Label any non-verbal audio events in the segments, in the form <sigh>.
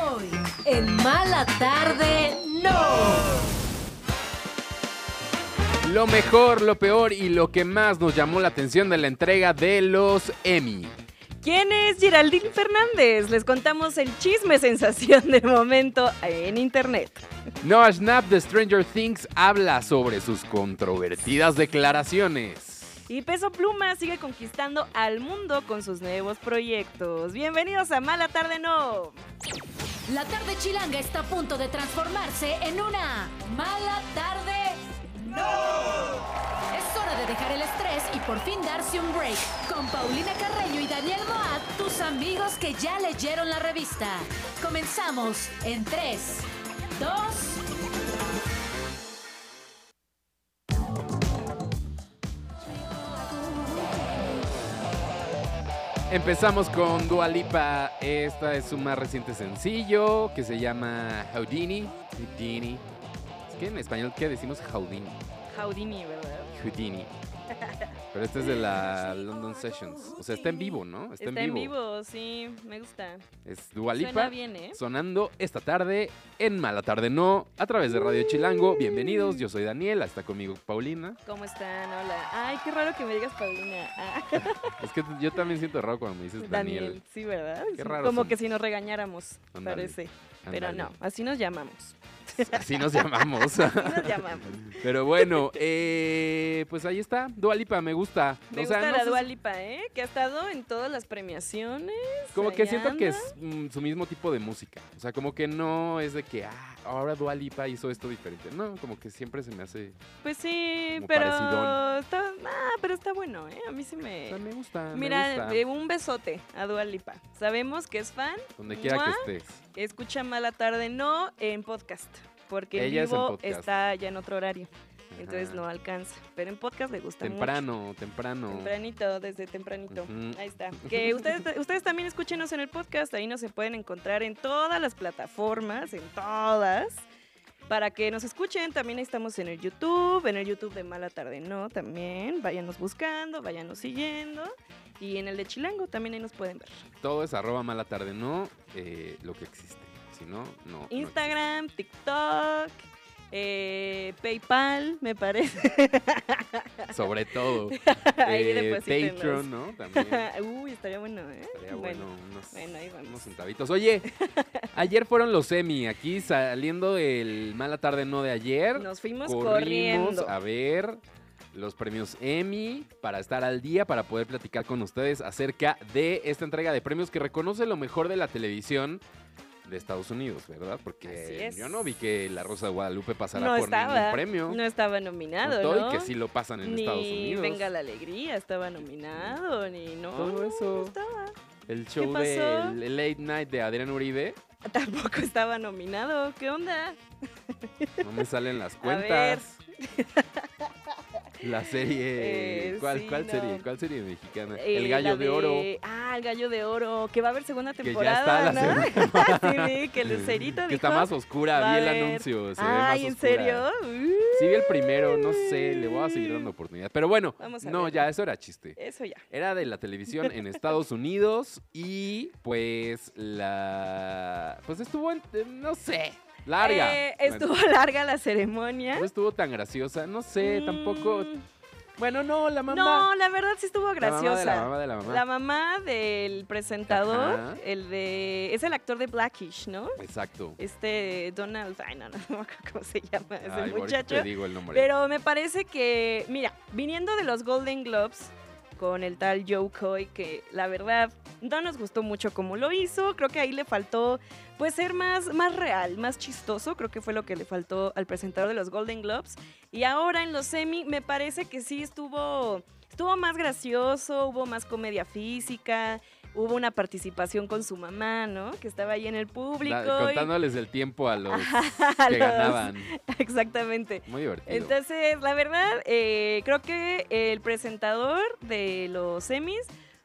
Hoy, en Mala Tarde, no. Lo mejor, lo peor y lo que más nos llamó la atención de la entrega de los Emmy. ¿Quién es Geraldine Fernández? Les contamos el chisme sensación del momento en internet. Noah Schnapp de Stranger Things habla sobre sus controvertidas declaraciones. Y Peso Pluma sigue conquistando al mundo con sus nuevos proyectos. Bienvenidos a Mala Tarde No. La tarde chilanga está a punto de transformarse en una mala tarde. ¡No! Es hora de dejar el estrés y por fin darse un break. Con Paulina Carreño y Daniel Moat, tus amigos que ya leyeron la revista. Comenzamos en 3, 2, Empezamos con Dua Lipa. Esta es su más reciente sencillo que se llama Houdini. Houdini. Es que en español, ¿qué decimos? Houdini. Houdini, ¿verdad? Houdini. Pero esta es de la London Sessions. O sea, está en vivo, ¿no? Está, en vivo, sí, me gusta. Es Dua Lipa. Suena bien, ¿eh? sonando esta tarde en Mala Tarde No, a través de Radio Chilango. Bienvenidos, yo soy Daniela, está conmigo Paulina. ¿Cómo están? Hola. Ay, qué raro que me digas Paulina. Ah, Es que yo también siento raro cuando me dices Daniel. sí, ¿verdad? Qué Sí, raro Como son. que si nos regañáramos, Ándale, parece. Pero Ándale. no, así nos llamamos. <laughs> Así nos llamamos. <laughs> Así nos llamamos. Pero bueno, eh, pues ahí está. Dualipa, me gusta. Me O sea, gusta no la sé, Dua Lipa, ¿eh? Que ha estado en todas las premiaciones. Como ahí que siento que anda. es mm, su mismo tipo de música. O sea, como que no es de que, ah, ahora Dualipa hizo esto diferente. No, como que siempre se me hace. Pues sí, Como pero parecidón. está, ah, pero está bueno, ¿eh? A mí se O me... sea, me gusta. me Mira, gusta, eh, un besote a Dua Lipa. Sabemos que es fan, donde quiera ¡mua! que estés. escucha Mala Tarde No en podcast, porque Ella en es en vivo podcast. está ya en otro horario, entonces Ajá. no alcanza, pero en podcast le gusta mucho. Temprano, temprano. Tempranito, desde tempranito. Ujú. Ahí está. <laughs> Que ustedes, ustedes también escúchenos en el podcast, ahí nos se pueden encontrar en todas las plataformas, en todas. Para que nos escuchen, también ahí estamos en el YouTube, en el YouTube de Mala Tarde No también. Váyanos buscando, váyanos siguiendo. Y en el de Chilango también ahí nos pueden ver. Todo es arroba mala tarde, no eh, lo que existe. Si no, no. no existe. Instagram, TikTok, eh, PayPal, me parece. <laughs> Sobre todo. Ahí Eh, deposítenlos. Patreon, ¿no? <laughs> También. Uy, estaría bueno, ¿eh? Estaría bueno, unos, bueno, ahí vamos. unos centavitos. Oye, ayer fueron los semi, aquí saliendo del mala tarde no de ayer. Nos fuimos corrimos corriendo. a ver los premios Emmy para estar al día, para poder platicar con ustedes acerca de esta entrega de premios que reconoce lo mejor de la televisión de Estados Unidos, ¿verdad? Así Porque es. yo no vi que La Rosa de Guadalupe pasara no por estaba, ningún premio. no estaba Con nominado, todo ¿no? y que sí lo pasan en ni Estados Unidos. Venga la Alegría estaba nominado, ni no. Todo no, eso. No estaba. El show pasó? del el Late Night de Adrián Uribe. Tampoco estaba nominado. ¿Qué onda? No me salen las ver. cuentas. La serie. Eh, ¿Cuál, sí, cuál no. serie? ¿Cuál serie mexicana? el Eh, Gallo la de Oro. Ah, el Gallo de Oro, que va a haber segunda Que ya está temporada, la ¿no? <laughs> segunda. sí, vi que Lucerito dijo. Que está más va oscura, a vi el haber- anuncio. Se ve más Ay, ¿en oscura. serio? Uh, Sí, vi el primero, no sé, le voy a seguir dando oportunidad. Pero bueno, Vamos a no, ver. ya, eso era chiste. Eso ya. Era de la televisión en Estados Unidos y pues la... Pues estuvo, en- no sé, larga. Eh, estuvo <laughs> larga la ceremonia. No estuvo tan graciosa, no sé, tampoco... Mm, Bueno, no, la No, mamá... la verdad sí estuvo La mamá graciosa. de la mamá de la mamá. La mamá del presentador, Ajá. el de. Es el actor de Blackish, ¿no? Exacto. Este Donald. Ay, no, <laughs> no, no me acuerdo cómo se llama ese Ay, ahorita muchacho. te digo el nombre. Pero me parece que, mira, viniendo de los Golden Globes con el tal Joe Coy, que la verdad no nos gustó mucho como lo hizo, creo que ahí le faltó pues ser más, más real, más chistoso, creo que fue lo que le faltó al presentador de los Golden Globes. Y ahora en los semi me parece que sí estuvo, estuvo más gracioso, hubo más comedia física. Hubo una participación con su mamá, ¿no? Que estaba ahí en el público. Da- y- contándoles el tiempo a los a que los- ganaban. <laughs> Exactamente. Muy divertido. Entonces, la verdad, eh, creo que el presentador de los semis,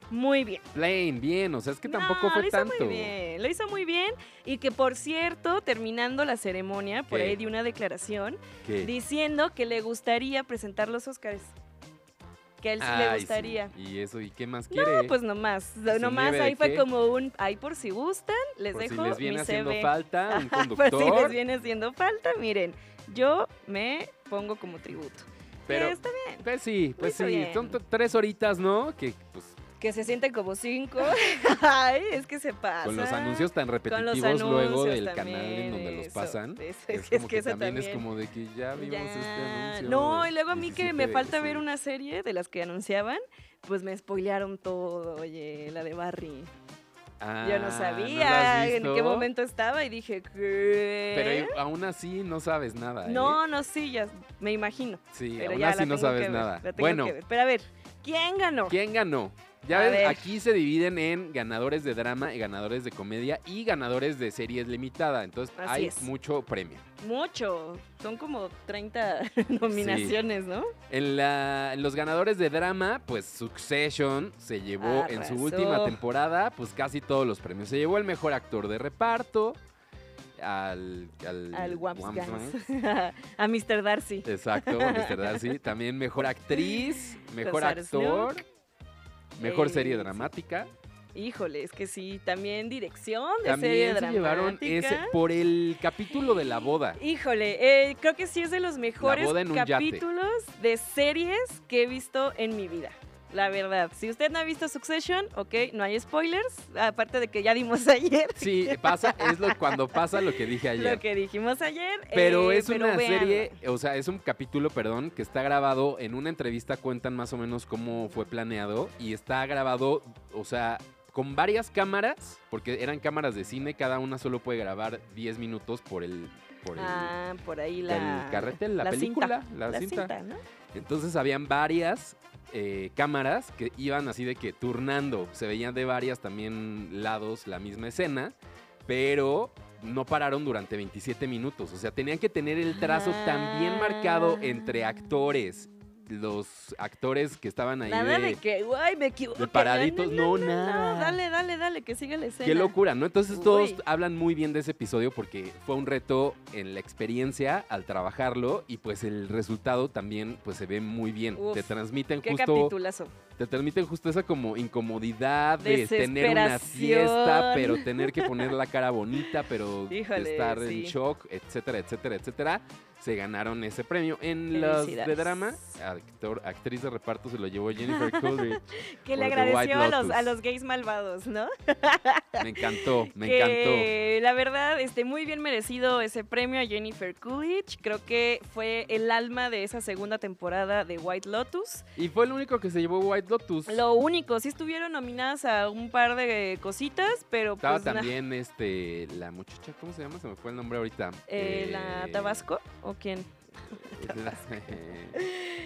muy bien. Plain, bien, o sea, es que tampoco No, fue lo hizo tanto. Muy bien, lo hizo muy bien. Y que, por cierto, terminando la ceremonia, por ¿Qué? ahí dio una declaración ¿Qué? diciendo que le gustaría presentar los Óscares. que a él sí le Ay, gustaría. Y eso, ¿y qué más No, quiere? pues nomás, ¿Se nomás nieve de ahí fue qué? como un, ahí por si gustan, les Por si dejo les viene mi haciendo CV. falta un <laughs> por conductor. si les viene haciendo falta, miren, yo me pongo como tributo. pero, Que está bien, pues sí, pues hizo sí. bien. Son t- tres horitas, ¿no? Que pues que se sienten como <laughs> cinco. Ay, es que se pasa. con los anuncios tan Ah, Con los repetitivos luego anuncios del canal también, en donde los eso, pasan. eso, <laughs> Es, es, como que que, eso también, también es como de que ya vimos este Ya. anuncio. No, del y luego a mí que me 17, falta sí. ver una serie de las que anunciaban, pues me spoilearon todo, oye, la de Barry. Ah, Yo no ¿la has sabía en qué visto? momento estaba y dije, ¿qué? Pero eh, aún así no sabes nada. ¿eh? No, no, sí, ya me imagino. Sí, pero aún ya así la no tengo sabes que ver, nada. la tengo Bueno, que ver. Pero a ver, ¿quién ganó? ¿quién ganó? Ya A ves, ver. aquí se dividen en ganadores de drama y ganadores de comedia y ganadores de series limitada. Entonces Así hay es. mucho premio. Mucho. Son como <laughs> 30 nominaciones, ¿no? En la, en los ganadores de drama, pues Succession se llevó en su Arrasó. última temporada, pues casi todos los premios. Se llevó el mejor actor de reparto, al... Al, Al Wamps Wamps Gangs. Gangs. <laughs> a Mr. Darcy. Exacto, Mr. Darcy. También <laughs> mejor actriz, mejor Sarah actor, mejor serie Eh, dramática. Híjole, es que sí, también dirección de serie También se llevaron dramática. ese por el capítulo de la boda. Híjole, eh, creo que sí es de los mejores boda en un yate. capítulos de series que he visto en mi vida. La verdad, si usted no ha visto Succession, ok, no hay spoilers, aparte de que ya dimos <laughs> ayer Sí, pasa, es lo, cuando pasa lo que dije ayer. lo que dijimos ayer. Pero eh, es una véanlo. serie, o sea, es un capítulo, perdón, que está grabado en una entrevista, cuentan más o menos cómo fue planeado y está grabado, o sea, con varias cámaras, porque eran cámaras de cine, cada una solo puede grabar 10 minutos por el... Por el Ah, por ahí el la. carrete, la, cinta, película, la, la cinta. cinta, ¿no? Entonces habían varias eh, cámaras que iban así de que turnando. Se veían de varias también lados la misma escena, pero no pararon durante 27 minutos. O sea, tenían que tener el trazo tan bien Ah. marcado entre actores. Los actores que estaban ahí Nada de- de que, guay, me equivoqué. de paraditos, no, No, nada. dale, dale, dale, que siga la escena. Qué locura, ¿no? Entonces todos Uy. hablan muy bien de ese episodio porque fue un reto en la experiencia al trabajarlo y pues el resultado también pues se ve muy bien. Uf, Te transmiten Qué justo capitulazo. te transmiten justo esa como incomodidad de tener una fiesta, Desesperación. pero tener que poner la cara bonita, pero <laughs> Híjole, estar en sí. shock, etcétera, etcétera, etcétera. Se ganaron ese premio. En los de Felicidades. drama, actor, actriz de reparto se lo llevó <laughs> Jennifer Coolidge. Que le Por The White agradeció a los, a Lotus. los gays malvados, ¿no? Me encantó, me encantó. que la verdad, este, muy bien merecido ese premio a Jennifer Coolidge. Creo que fue el alma de esa segunda temporada de White Lotus. Y fue el único que se llevó White Lotus. Lo único, sí estuvieron nominadas a un par de cositas, pero Estaba pues na- también este la muchacha, ¿cómo se llama? Se me fue el nombre ahorita. eh, ¿La Eh, Tabasco o quién? <laughs> la- <laughs>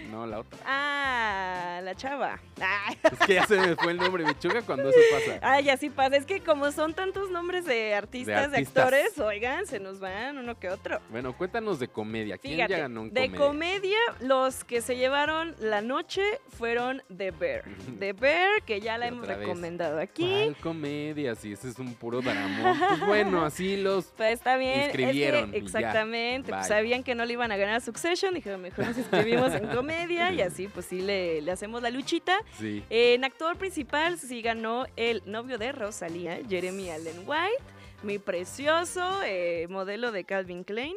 no, la otra. Ah, la chava. Ah, Es que ya se me fue el nombre, me choca cuando eso pasa. Ay, así pasa. Es que como son tantos nombres de artistas, de, artistas. actores, oigan, se nos van uno que otro. Bueno, cuéntanos de comedia. ¿Quién Fíjate, ya ganó en de comedia? comedia, los que se llevaron la noche fueron The Bear. The Bear, que ya la Y hemos otra vez. recomendado aquí. ¿Cuál comedia? Si ese es un puro dramón. Pues bueno, así los... Pues está bien. es que Inscribieron y ya. exactamente. pues Bye. sabían que no le iban a ganar a Succession. Dijeron, mejor nos inscribimos en comedia y así, pues sí, le, le hacemos la luchita. Sí. En actor principal sí ganó el novio de Rosalía, Jeremy Allen White, mi precioso eh, modelo de Calvin Klein.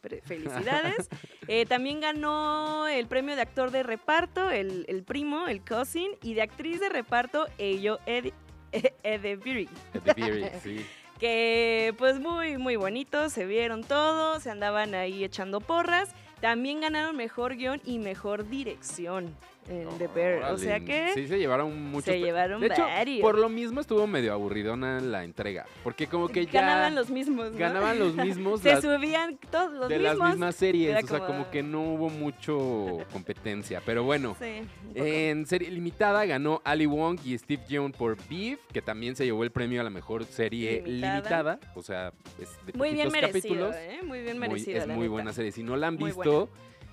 Pre- Felicidades. Eh, también ganó el premio de actor de reparto, el, el primo, el cousin, y de actriz de reparto, Ello Ed <laughs> Edeberry. The Fury, sí. Que pues muy, muy bonito, se vieron todos, se andaban ahí echando porras. También ganaron mejor guión y mejor dirección en <laughs> The Bear. O sea Órale, que... Sí, se llevaron mucho. Se llevaron de hecho, varios. por lo mismo estuvo medio aburridona la entrega. Porque como que ya... ganaban los mismos, ¿no? ganaban los mismos <laughs> se las- subían todos los de mismos. las mismas series. Era O sea, como- como que no <laughs> hubo mucho competencia. Pero bueno, Sí, un poco. En serie limitada ganó Ali Wong y Steve Yeun por Beef, que también se llevó el premio a la mejor serie limitada. Limitada. o sea, es de muy bien poquitos merecido, capítulos. ¿eh? Muy bien Muy- merecido. es la muy neta. buena serie. Si no la han Muy visto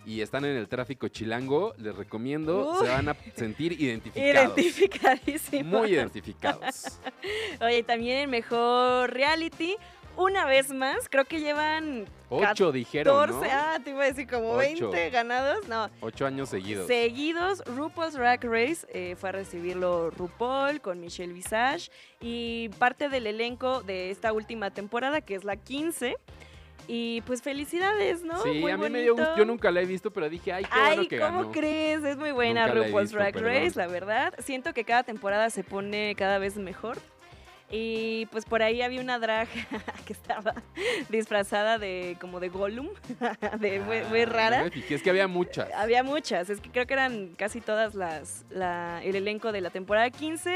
y están en el tráfico chilango, les recomiendo, Uy. <laughs> se van a sentir identificados. Identificadísimo. <laughs> Muy identificados. Oye, también el mejor reality. una vez más. Creo que llevan Ocho dijeron, 14, ¿no? ah, te iba a decir como Ocho. 20 ganados. No, Ocho años seguidos. seguidos. RuPaul's Drag Race eh, fue a recibirlo RuPaul con Michelle Visage y parte del elenco de esta última temporada, que es la 15. Y pues felicidades, ¿no? Sí, Muy a mí me dio gusto. bonito. Yo nunca la he visto, pero dije, ay, qué Ay, bueno que ¿cómo ganó. crees? Es muy buena Nunca la he RuPaul's visto, Drag perdón. Race, la verdad. Siento que cada temporada se pone cada vez mejor. Y pues por ahí había una drag <laughs> que estaba disfrazada de como de Gollum, <laughs> de muy, muy Ah, este, rara. no me fijé, es que había muchas. Había muchas, es que creo que eran casi todas las la- el elenco de la temporada 15.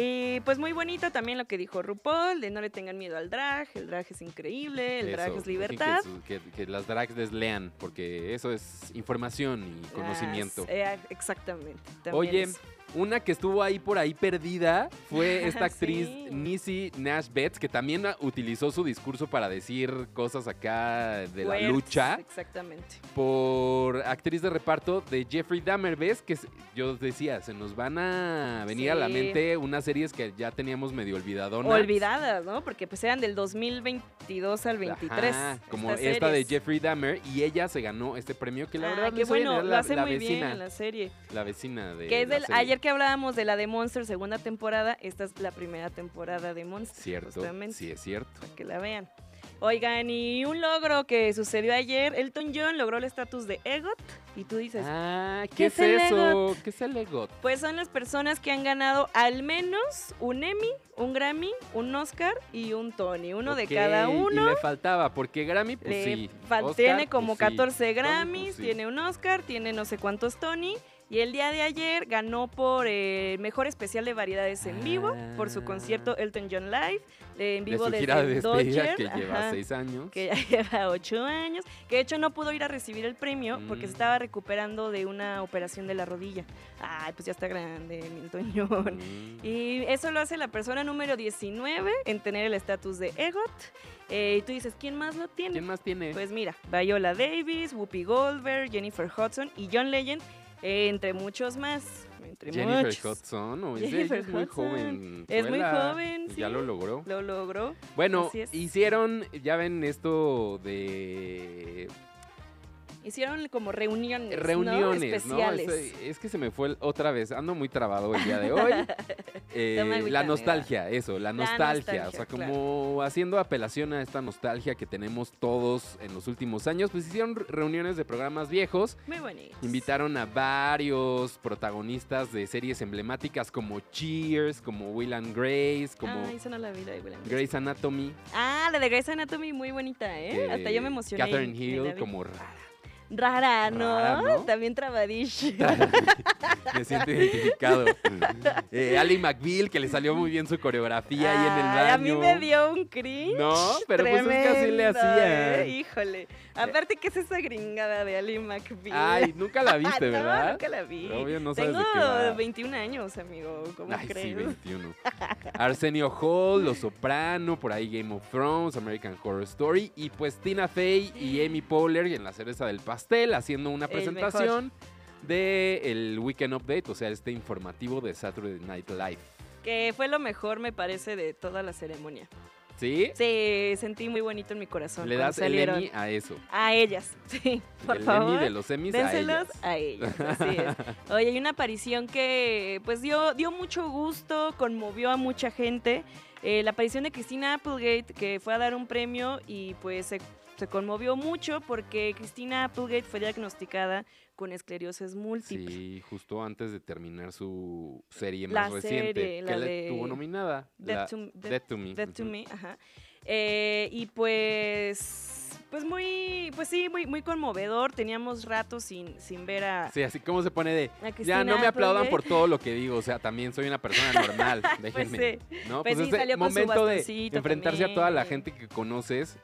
Y pues muy bonito también lo que dijo RuPaul, de no le tengan miedo al drag, el drag es increíble, el drag Eso, es dejen que libertad. su- Que, que las drags deslean, porque eso es información y conocimiento. Las- eh, exactamente. Ah, también Oye, es- Ah, Una que estuvo ahí por ahí perdida <laughs> fue esta actriz Sí. Nisi Nash Betts, que también ah, utilizó su discurso para decir cosas acá de la Fuertes, lucha Exactamente. por actriz de reparto de Jeffrey Dahmer, ¿ves? Que se- yo decía, se nos van a venir a la Sí. mente unas series que ya teníamos medio olvidadonas. Olvidadas, ¿no? Porque pues eran del 2022 al 23. Ajá, como estas esta de series. Jeffrey Dahmer y ella se ganó este premio que la Ah, verdad qué les voy a bueno, negar, lo la, hace la muy bien vecina, en la serie. la vecina de Que es la del, serie. ayer que hablábamos de la de Monster, segunda temporada, esta es la primera temporada de Monster. cierto, justamente, sí es cierto. Para que la vean. Oigan, y un logro que sucedió ayer, Elton John logró el estatus de EGOT y tú dices, Ah, ¿qué, ¿qué es es el eso? EGOT? ¿Qué es el EGOT? pues son las personas que han ganado al menos un Emmy, un Grammy, un Oscar y un Tony, uno Ok, de cada Y uno. le faltaba, porque Grammy, pues Le sí. fal- Oscar, Eh, tiene pues como sí. 14 pues Grammys, sí. tiene un Oscar, tiene no sé cuántos Tony. Y el día de ayer ganó por eh, mejor especial de variedades en vivo por Ah. su concierto Elton John Live, eh, en De vivo su desde gira de el despedida Dodger, que lleva ajá, 6 años. que ya <laughs> lleva ocho años, que de hecho no pudo ir a recibir el premio porque Mm. se estaba recuperando de una operación de la rodilla. Ay, pues ya está grande, mi Elton John. <laughs> Mm. Y eso lo hace la persona número 19 en tener el estatus de EGOT. Eh, y tú dices, ¿quién más lo tiene? ¿Quién más tiene? Pues mira, Viola Davis, Whoopi Goldberg, Jennifer Hudson y John Legend, eh, entre muchos más. Entre Jennifer muchos. Hudson, o ese- Jennifer ella es muy Hudson. joven. Es muy suela, joven, y Ya sí. lo logró. Lo logró. Bueno, Así es. hicieron, ya ven esto de Hicieron como reuniones. ¿no? reuniones, ¿no? Especiales. Es, es que se me fue el- otra vez, ando muy trabado el día <laughs> de hoy. Eh, Toma agüita, la amiga. nostalgia, eso, La la nostalgia. o sea, nostalgia, como haciendo apelación a esta nostalgia que tenemos todos en los últimos años, pues hicieron re- reuniones de programas viejos Muy bonitos. Invitaron a varios protagonistas de series emblemáticas como Cheers, como Will and Grace, como Ah, hizo no la vida de Will and Grace. Grace Anatomy. Ah, la de Grey's Anatomy, muy bonita, ¿eh? que Hasta yo me emocioné. Catherine me la Hill vi. como rara. Rara, ¿no? Rara, ¿no? También trabadish. <laughs> Me siento identificado. Eh, Ali McBeal, que le salió muy bien su coreografía ahí en el Ay, baño. A mí me dio un cringe. No, pero pues es que así le tremendo, hacía. ¿eh? Híjole. Aparte, ¿qué es esa gringada de Ali McBeal? Ay, nunca la viste, <laughs> Ah, no, ¿verdad? nunca la vi. Obvio, no sabes Tengo de qué va. 21 años, amigo. ¿Cómo Ay, crees? sí, 21. Arsenio Hall, Los Soprano, por ahí Game of Thrones, American Horror Story. Y pues Tina Fey y Amy Poehler en la cereza del pastel haciendo una El mejor. presentación de el Weekend Update, o sea, este informativo de Saturday Night Live. Que fue lo mejor, me parece, de toda la ceremonia. ¿Sí? Sí, sentí muy bonito en mi corazón. Le cuando das el salieron. Emmy a eso. A ellas, <laughs> sí, por el favor. Emmy de los Emmys a Dénselos ellas. a ellas. así <laughs> es. Oye, hay una aparición que pues dio, dio mucho gusto, conmovió a mucha gente. Eh, la aparición de Christina Applegate, que fue a dar un premio y pues se, se conmovió mucho porque Christina Applegate fue diagnosticada con esclerosis múltiple. Sí, justo antes de terminar su serie La más reciente, serie, que la le de tuvo nominada. Death la- to M- Death- Death to Me. Death to ujú. Me, ajá. Eh, y pues, pues muy, pues sí, muy, muy conmovedor. Teníamos rato sin, sin ver a, Sí, así como se pone de... a Ya, Christina no me aplaudan Applegate. por todo lo que digo, o sea, también soy <laughs> una persona normal, déjenme. ¿no? Pues sí, este salió con su momento de bastoncito enfrentarse a toda la también. gente que conoces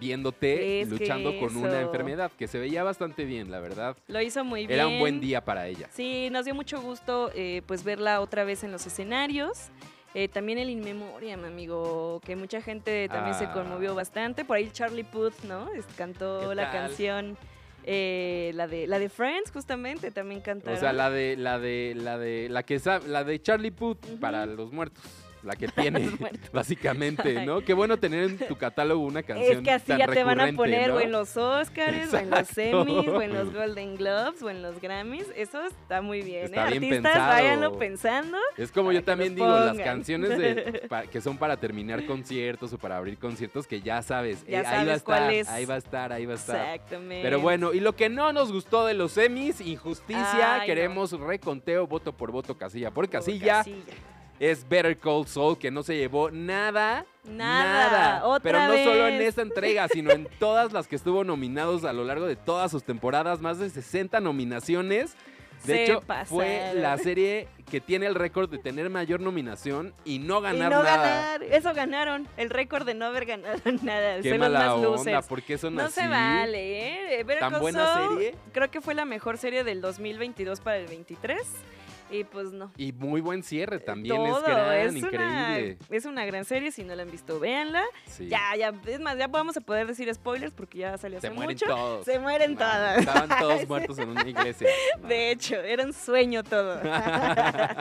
viéndote Es que luchando con una eso. enfermedad que se veía bastante bien, la verdad. Lo hizo muy bien. Era un buen día para ella. Sí, nos dio mucho gusto eh, pues verla otra vez en los escenarios. Eh, también el In Memoriam, amigo, que mucha gente también se Ah. conmovió bastante. Por ahí Charlie Puth, ¿no? Es- Cantó ¿Qué la tal? canción, eh, la, de, la de Friends, justamente, también cantaron. O sea, la de la de la de la que sa- la de Charlie Puth Ujú. para los muertos. <laughs> la que tiene, muerto. básicamente, ¿no? Qué bueno tener en tu catálogo una canción. Es que así tan ya te van a recurrente, poner ¿no? o en los Oscars, o en los Exacto. Emmys, o en los <laughs> Golden Globes, o en los Grammys. Eso está muy bien, Está ¿eh? bien Artistas, pensado. váyanlo pensando. Es como para yo que también los digo, las pongan. <laughs> canciones de- pa- que son para terminar conciertos o para abrir conciertos que ya sabes, Ya eh, ahí va a sabes cuál estar, es. ahí va a estar, ahí va a estar. Exactamente. Pero bueno, y lo que no nos gustó de los semis, injusticia, Ay, no. queremos reconteo voto por voto, casilla por Por casilla, es Better Call Saul, que no se llevó nada. Nada, otra Pero no solo en vez. esta entrega, sino en todas las que estuvo nominados a lo largo de todas sus temporadas, más de 60 nominaciones. De Se hecho, fue pasaron. la serie que tiene el récord de tener mayor nominación y no Y ganar no nada. ganar. Eso ganaron. El récord de no haber ganado <laughs> nada. Qué ser los mala más onda, luces. ¿por qué son No así? se vale, ¿eh? Better ¿Tan Call buena Saul, serie? Creo que fue la mejor serie del 2022 para el 23. Y pues no. Y muy buen cierre también, es Todo, gran, es una- increíble. es una gran serie, si no la han visto, véanla. Sí. Ya, ya, es más, ya vamos a poder decir spoilers porque ya salió hace Se mueren mucho. todos. Se mueren No, todas. Estaban <laughs> todos muertos en una iglesia. No. De hecho, era un sueño <laughs> todo. <laughs>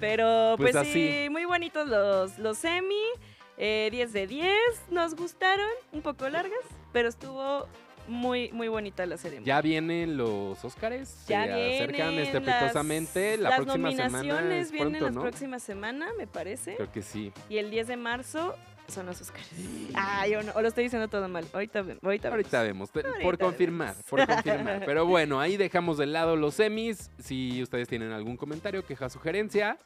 Pero Pues pues, así. sí, muy bonitos los, los semi. eh, 10 de 10, nos gustaron, un poco largas, pero estuvo muy, muy bonita la ceremonia. ya vienen los Óscares, se acercan estrepitosamente la las próxima semana. nominaciones Es vienen ¿eh? pronto, la ¿no? próxima semana, me parece. Creo que sí. Y el 10 de marzo son los Oscars. Ah, yo no, o lo estoy diciendo todo mal. Ahorita, ve- ahorita. vemos. Ahorita vemos, te- por Ahorita confirmar, vemos. <laughs> por confirmar. Pero bueno, ahí dejamos de lado los semis. Si ustedes tienen algún comentario, queja, sugerencia,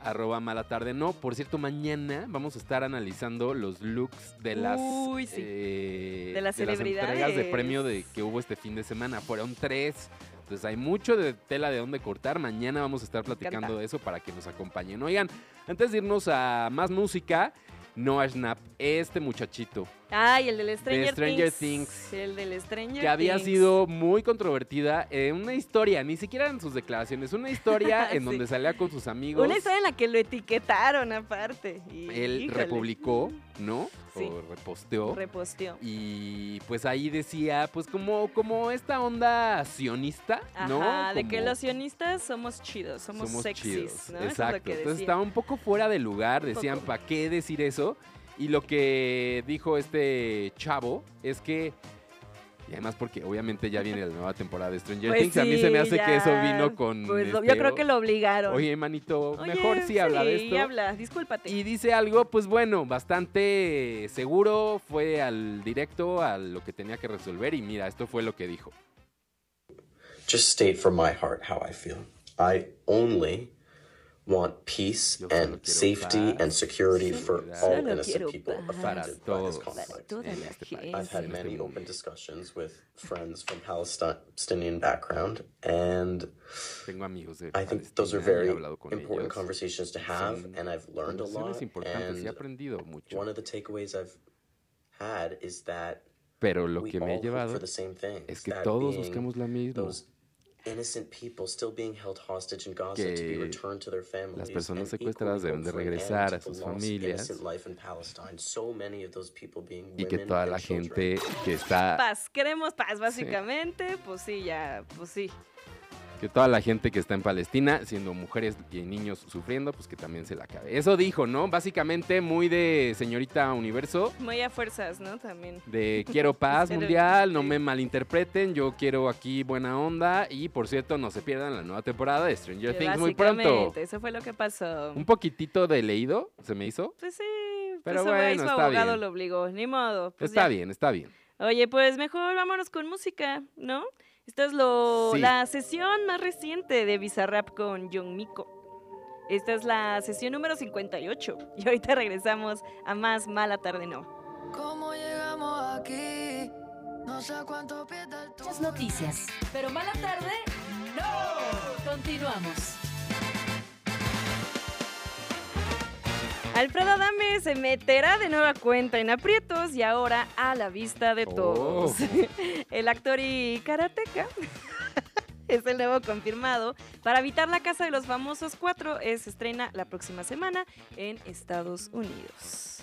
arroba mala tarde no. Por cierto, mañana vamos a estar analizando los looks de las, Uy, sí. eh, De las entregas de celebridades. premio de, que hubo este fin de semana. Fueron tres. Entonces hay mucho de tela de dónde cortar. Mañana vamos a estar platicando encanta. de eso para que nos acompañen. Oigan, antes de irnos a más música, Noah Schnapp, este muchachito Ay, el del Stranger, Stranger Things. Things. El del Stranger que había Things. sido muy controvertida en una historia, ni siquiera en sus declaraciones, <laughs> una historia en Sí. donde salía con sus amigos. Una historia en la que lo etiquetaron, aparte. Y, él híjole, republicó, ¿no? Sí. O reposteó. Reposteó. y pues ahí decía, pues como, como esta onda sionista, Ajá, ¿no? de que Como los sionistas somos chidos, somos, sexys, ¿no? Eso es lo Exacto. que Entonces decía. estaba un poco fuera de lugar, decían, poco. ¿para qué decir eso? Y lo que dijo este chavo es que. Y además porque obviamente ya viene la nueva temporada de Stranger Pues Things. a mí se me sí, hace que eso ya, vino con. Pues lo- este, yo creo que lo obligaron. Oye, manito, Oye, mejor sí, habla de esto. habla, discúlpate. Y dice algo, pues bueno, bastante seguro. Fue al directo, a lo que tenía que resolver. Y mira, esto fue lo que dijo. just state from my heart how I feel. I only want peace Yo solo and quiero safety paz, and security for seguridad. all Solo innocent quiero people paz affected by para this todos. conflict. Toda en la este país, gente. I've en had este many mundo. open discussions with friends from Palestinian background, and Tengo amigos de I think those are Palestina y he very hablado con important ellos. conversations to have, Son and I've learned a conversaciones lot. importantes y he And aprendido mucho. one of the takeaways I've had is that Pero lo we que me all he hope llevado for the same thing. es que todos buscamos la misma. those innocent people still being held hostage in Gaza to be Que returned to their families. las personas and equally secuestradas deben de hope for an end regresar a to the sus lost familias. innocent life in Palestine. So many of those people being Y que women toda and la children. gente que está Paz, queremos paz, básicamente. Pues sí, ya, pues sí. que toda la gente que está en Palestina, siendo mujeres y niños sufriendo, pues que también se la acabe. Eso dijo, ¿no? Básicamente muy de señorita universo. Muy a fuerzas, ¿no? También. <laughs> De quiero paz Pero- mundial, no sí. me malinterpreten, yo quiero aquí buena onda y por cierto no se pierdan la nueva temporada de Stranger Que Things muy pronto. básicamente, Eso fue lo que pasó. Un poquitito de leído se me hizo. Pues sí, Pero pero bueno, su está abogado bien. lo obligó, ni modo. pues está ya. bien, está bien. Oye, pues mejor vámonos con música, ¿no? Esta es lo, Sí. la sesión más reciente de Bizarrap con John Miko. Esta es la sesión número 58 y ahorita regresamos a más mala tarde no. ¿Cómo llegamos aquí? No sé a cuánto pies de altura. Muchas noticias, pero mala tarde, no. Continuamos. Alfredo Adame se meterá de nueva cuenta en aprietos y ahora a la vista de Oh. todos. El actor y karateca <laughs> es el nuevo confirmado para evitar la casa de los famosos cuatro. eh, Se estrena la próxima semana en Estados Unidos.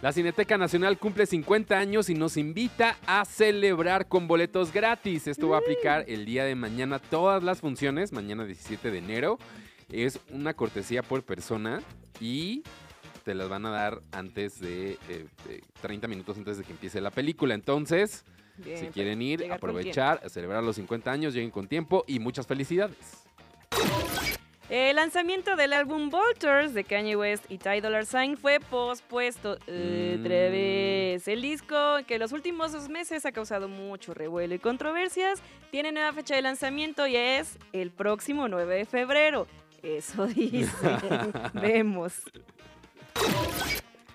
La Cineteca Nacional cumple 50 años y nos invita a celebrar con boletos gratis. Esto va a aplicar el día de mañana todas las funciones, mañana 17 de enero. Es una cortesía por persona y te las van a dar antes de eh, eh, 30 minutos antes de que empiece la película. Entonces, Bien, si pues, quieren ir, llegar con tiempo. aprovechar, a celebrar los 50 años, lleguen con tiempo y muchas felicidades. El lanzamiento del álbum Vultures de Kanye West y Ty Dolla Sign fue pospuesto eh, Mm. otra vez. El disco, que en los últimos dos meses ha causado mucho revuelo y controversias, tiene nueva fecha de lanzamiento y es el próximo 9 de febrero. Eso <laughs> dice. <laughs> Vemos.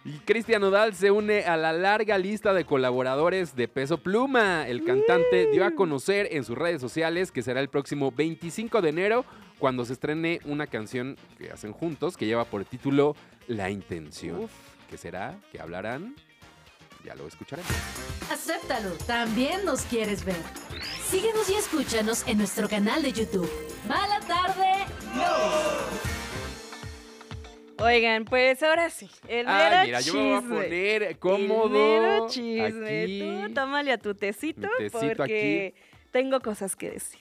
Y Cristian Nodal se une a la larga lista de colaboradores de Peso Pluma. El cantante dio a Mm. conocer en sus redes sociales que será el próximo 25 de enero cuando se estrene una canción que hacen juntos que lleva por título La Intención. Uf. que será? que hablarán? Ya lo escucharemos. Acéptalo, también nos quieres ver. Síguenos y escúchanos en nuestro canal de YouTube. Mala tarde. Oigan, pues ahora sí. El mero Ay, mira, yo me voy a chisme. poner El cómodo. mero chisme. aquí. Tú tómale a tu tecito, Mi tecito porque tengo cosas que decir.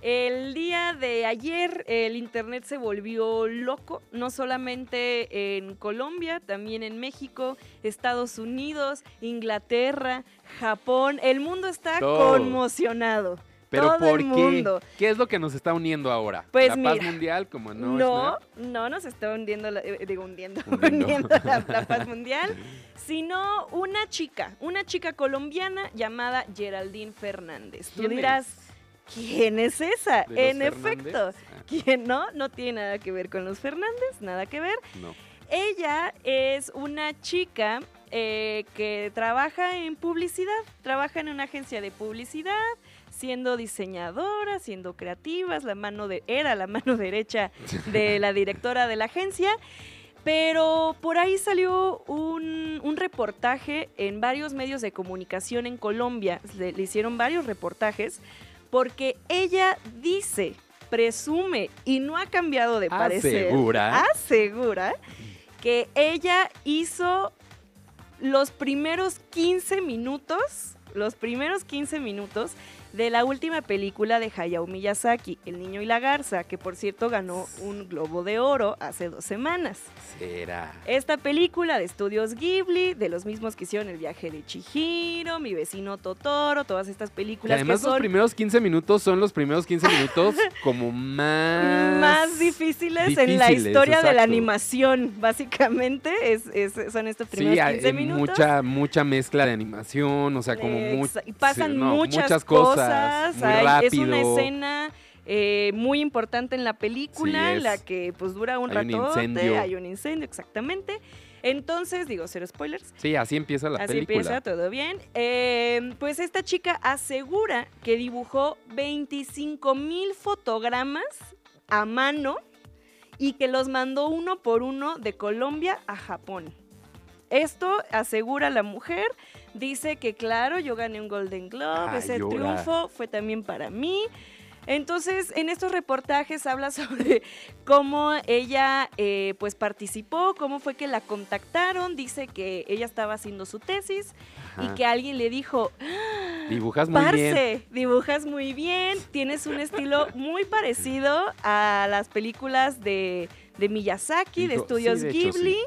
El día de ayer el internet se volvió loco, no solamente en Colombia, también en México, Estados Unidos, Inglaterra, Japón. El mundo está Todo. conmocionado. Pero todo ¿por el qué? mundo. ¿Qué es lo que nos está uniendo ahora? Pues la paz mira, mundial, como no. No, es no, nada? nos está hundiendo, la- eh, digo, hundiendo, <laughs> Hundiendo. hundiendo la, <laughs> la paz mundial, sino una chica, una chica colombiana llamada Geraldine Fernández. Tú ¿Quién es? dirás, ¿quién es esa? ¿De los En Fernández? efecto, Ah, ¿quién no? No tiene nada que ver con los Fernández, nada que ver. no. Ella es una chica eh, que trabaja en publicidad, trabaja en una agencia de publicidad, siendo diseñadora, siendo creativas, la mano de, era la mano <laughs> derecha de la directora de la agencia. Pero por ahí salió un, un reportaje en varios medios de comunicación en Colombia. Le, le hicieron varios reportajes porque ella dice, presume y no ha cambiado Ah, de parecer Asegura. Ah, asegura que ella hizo los primeros 15 minutos, los primeros 15 minutos de la última película de Hayao Miyazaki, El niño y la garza, que por cierto ganó un Globo de Oro hace dos semanas. Será. Esta película de estudios Ghibli, de los mismos que hicieron El viaje de Chihiro, Mi vecino Totoro, todas estas Que películas además que son los primeros 15 minutos son los primeros <laughs> 15 minutos como más... más difíciles, en la difíciles, historia de la exacto. animación, básicamente, es, es- son estos primeros Sí, hay 15 minutos. mucha, mucha mezcla de animación, o sea, como Exa- mucho... y pasan muchas, cosas, cosas, muy hay- rápido. es una escena eh, muy importante en la película, Sí, es. la que pues dura un Hay un rato incendio. hay un incendio, exactamente. Entonces, digo, cero spoilers, Sí, así empieza la Así película. empieza, todo bien. Eh, pues esta chica asegura que dibujó 25 mil fotogramas a mano y que los mandó uno por uno de Colombia a Japón. Esto asegura la mujer. Dice que claro, yo gané un Golden Globe, Ay, ese llora. triunfo fue también para mí. Entonces, en estos reportajes habla <laughs> sobre cómo ella eh, pues participó, cómo fue que la contactaron, dice que ella estaba haciendo su tesis y Ajá. que alguien le dijo, Dibujas muy bien. Parce, dibujas muy bien, tienes un estilo muy parecido a las películas de, de Miyazaki, de Dijo, estudios sí, de hecho, Ghibli,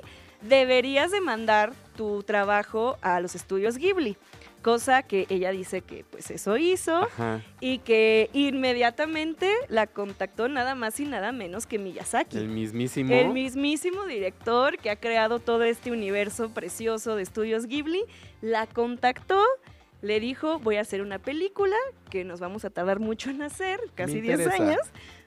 deberías demandar tu trabajo a los estudios Ghibli, cosa que ella dice que pues eso hizo Ajá. y que inmediatamente la contactó nada más y nada menos que Miyazaki. El mismísimo. El mismísimo director que ha creado todo este universo precioso de estudios Ghibli la contactó, le dijo, voy a hacer una película que nos vamos a tardar mucho en hacer, casi 10 interesa. años.